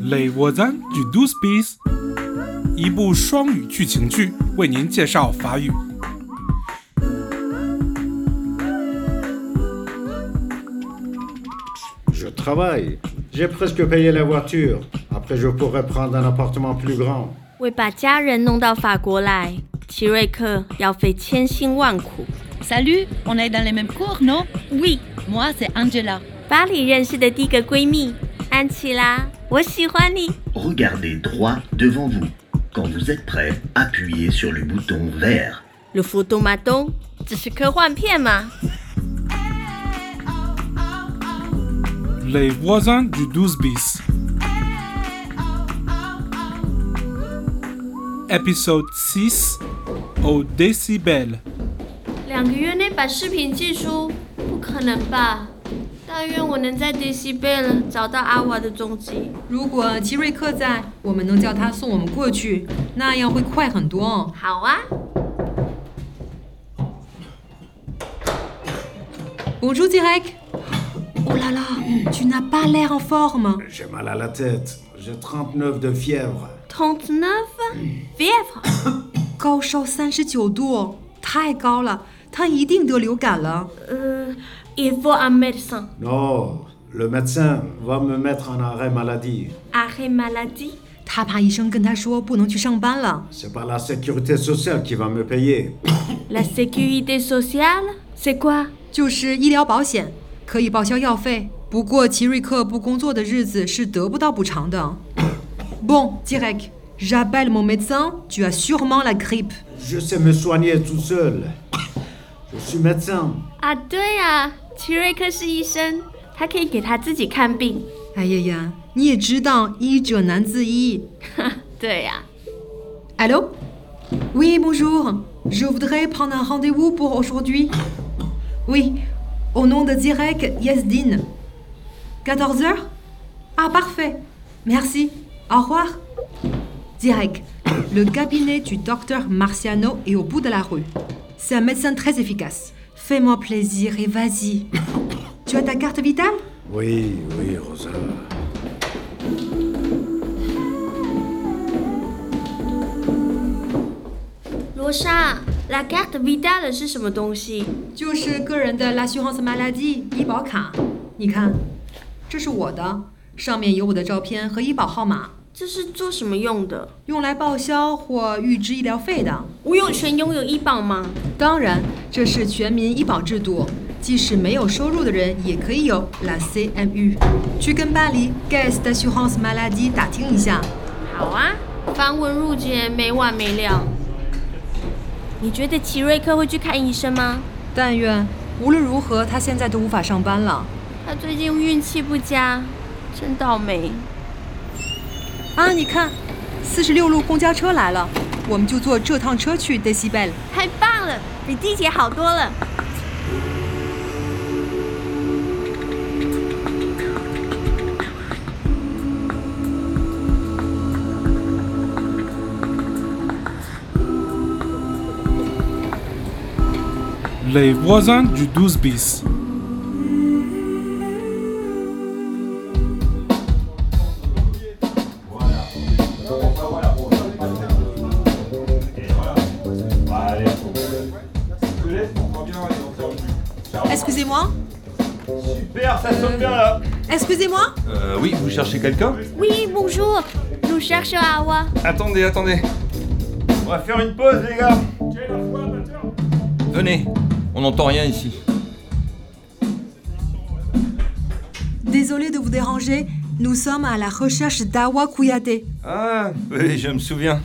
Les voisins du 12 bis，一部双语剧情剧，为您介绍法语。 Je travaille. J'ai presque payé la voiture. Après, je pourrais prendre un appartement plus grand. 为把家人弄到法国来，奇瑞克要费千辛万苦。 Salut, on est dans les mêmes cours, non Oui， Moi, c'est Angela. 巴黎认识的第一个闺蜜安琪拉，我喜欢你。 Regardez droit devant vous. Quand vous êtes prêt, appuyez sur le bouton vert. 鲁夫东马东，这是科幻片吗？ Les voisins du 12 bis. Épisode 6 au décibel. 两个月内把视频寄出，不可能吧？但愿我能在 DC 贝勒找到阿瓦的踪迹。如果奇瑞克在，我们能叫他送我们过去，那样会快很多哦。好啊， Bonjour Direct。Oh là là, tu n'as pas l'air en forme. J'ai mal à la tête. J'ai 39 de fièvre. 通知呢 v i v 高烧三十九度，太高了，他一定得流感了。嗯，il faut un médecin Non, le médecin va me mettre en arrêt maladie. arrêt maladie。他怕医生跟他说不能去上班了。 C'est pas la sécurité sociale qui va me payer. la sécurité sociale。 C'est quoi？就是医疗保险可以报销药费，不过奇瑞克不工作的日子是得不到补偿的。Bon, Direct, j'appelle mon médecin. Tu as sûrement la grippe. Je sais me soigner tout seul. Je suis médecin. 啊，对啊，奇瑞克是医生，他可以给他自己看病。哎呀呀，你也知道，医者难自医。对啊呀、 Allô Oui, bonjour. Je voudrais prendre un rendez-vous pour aujourd'hui. Oui, au nom de Direct Yazdine. 14 heures Ah, parfait. Merci. Au revoir. Direct, le cabinet du docteur Marciano est au bout de la rue. C'est un médecin très efficace. Fais-moi plaisir et vas-y. tu as ta carte vitale Oui, oui, Rosa. 罗莎，La carte vitale 是什么东西？就是个人的 l'assurance maladie 医保卡。你看，这是我的，上面有我的照片和医保号码，这是做什么用的？用来报销或预支医疗费的。我有权拥有医保吗？当然，这是全民医保制度，即使没有收入的人也可以有 la CMU。去跟巴黎 Gas d'assurance maladie 打听一下。好啊，繁文缛节没完没了。你觉得奇瑞克会去看医生吗？但愿无论如何，他现在都无法上班了。他最近运气不佳，真倒霉。啊，你看，四十六路公交车来了，我们就坐这趟车去 Decibel。太棒了，比地铁好多了。 Les voisins du 12 bis. Excusez-moi Super, ça sonne bien là Excusez-moi Euh oui, vous cherchez quelqu'un Oui, bonjour. Nous cherchons Awa. Attendez, attendez. On va faire une pause les gars. Venez, on n'entend rien ici. Désolé de vous déranger, nous sommes à la recherche d'Awa Kouyate. Ah oui, je me souviens.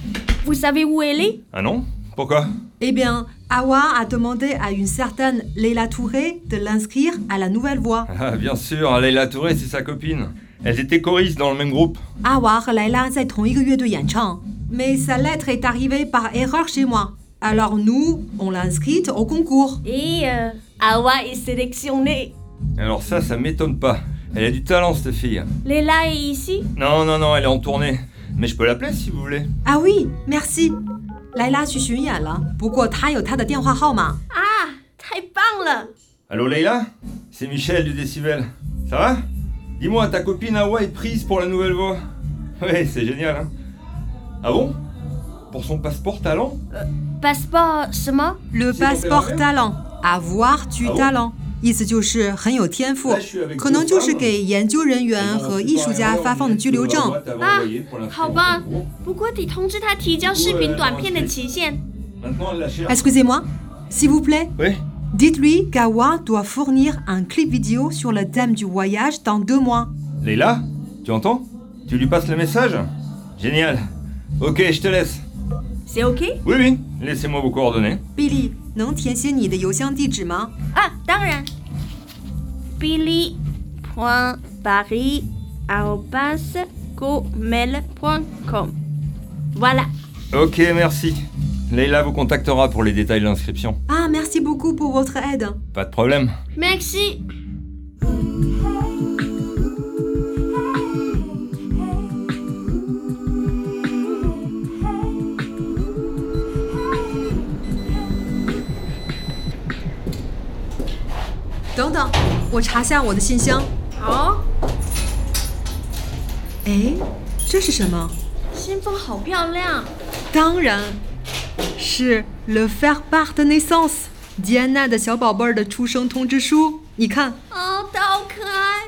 Vous savez où elle est Ah non Pourquoi Eh bien, Awa a demandé à une certaine Leila Touré de l'inscrire à la nouvelle voie. Ah bien sûr, Leila Touré, c'est sa copine. Elles étaient choristes dans le même groupe. Awa et Leila Mais sa lettre est arrivée par erreur chez moi. Alors nous, on l'a inscrite au concours. Et euh, Awa est sélectionnée. Alors ça, ça m'étonne pas. Elle a du talent cette fille. Léla est ici Non, non, non, elle est en tournée. Mais je peux l'appeler si vous voulez. Ah oui, merci. Leila 去巡演了，不过她有她的电话号码。啊，太棒了！ Allô Leila C'est Michel du Décibel. Ça va Dis-moi, ta copine Hawa est prise pour la nouvelle voix. Ouais, c'est génial, hein. Ah bon Pour son passeport talent Passeport 什么？ Le C'est ton passeport père talent, avoir du Ah bon talent，意思就是很有天赋那是有一，个可能就是方法给研究人 Eh ben, 员和艺术家发放的居留证。 Ah, 好吧，不过得通知他提交视频短片的期限。 Maintenant, elle la cherche. Excusez-moi, s'il vous plaît, Oui dites-lui qu'Awa doit fournir un clip vidéo sur le thème du voyage dans deux mois. Leila Tu entends Tu lui passes le message Génial. Ok, je te laisse. C'est OK？ Oui, oui, laissez-moi vos coordonnées. Billy，能填写你的邮箱地址吗？啊，当然。Billy point Paris arobase gmail point com。Voilà。 Ok, merci. Leila vous contactera pour les détails de l'inscription. Ah, merci beaucoup pour votre aide. Pas de problème. Merci。等等，我查下我的信箱。Oh, 哦，哎，这是什么？信封好漂亮，当然是 Le Faire Part de Naissance，迪安娜的小宝贝儿的出生通知书。你看 Oh, 哦，它好可爱。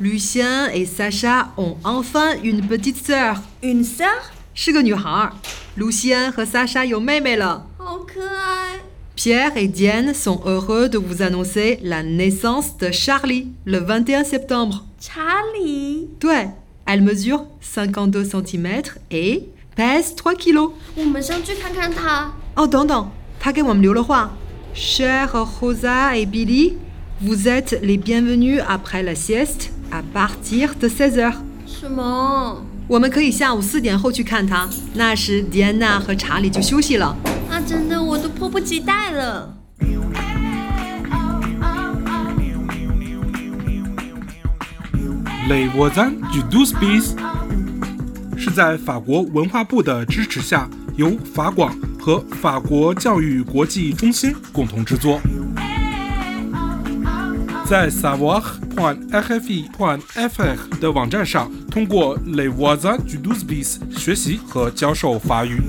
，Lucien et Sacha ont enfin une petite sœur， Une sœur？是个女孩儿。Lucien 和 Sacha 有妹妹了。好可爱， Pierre et Diane sont heureux de vous annoncer la naissance de Charlie le 21 septembre. 查理， Ouais, elle mesure 52 cm et pèse 3 kilos. 我们上去看看它。 Oh, Dandan, Cher Rosa et Billy, vous êtes les bienvenus après la sieste à partir de 16h. 什么？我们可以下午四点后去看他，那时 Diana 和查理就休息了。啊，真的，我都迫不及待了。 Les voisins du 12 bis 是在法国文化部的支持下，由法广和法国教育国际中心共同制作。在 savoir.rfi.fr 的网站上，通过 Les voisins du 12 bis 学习和教授法语。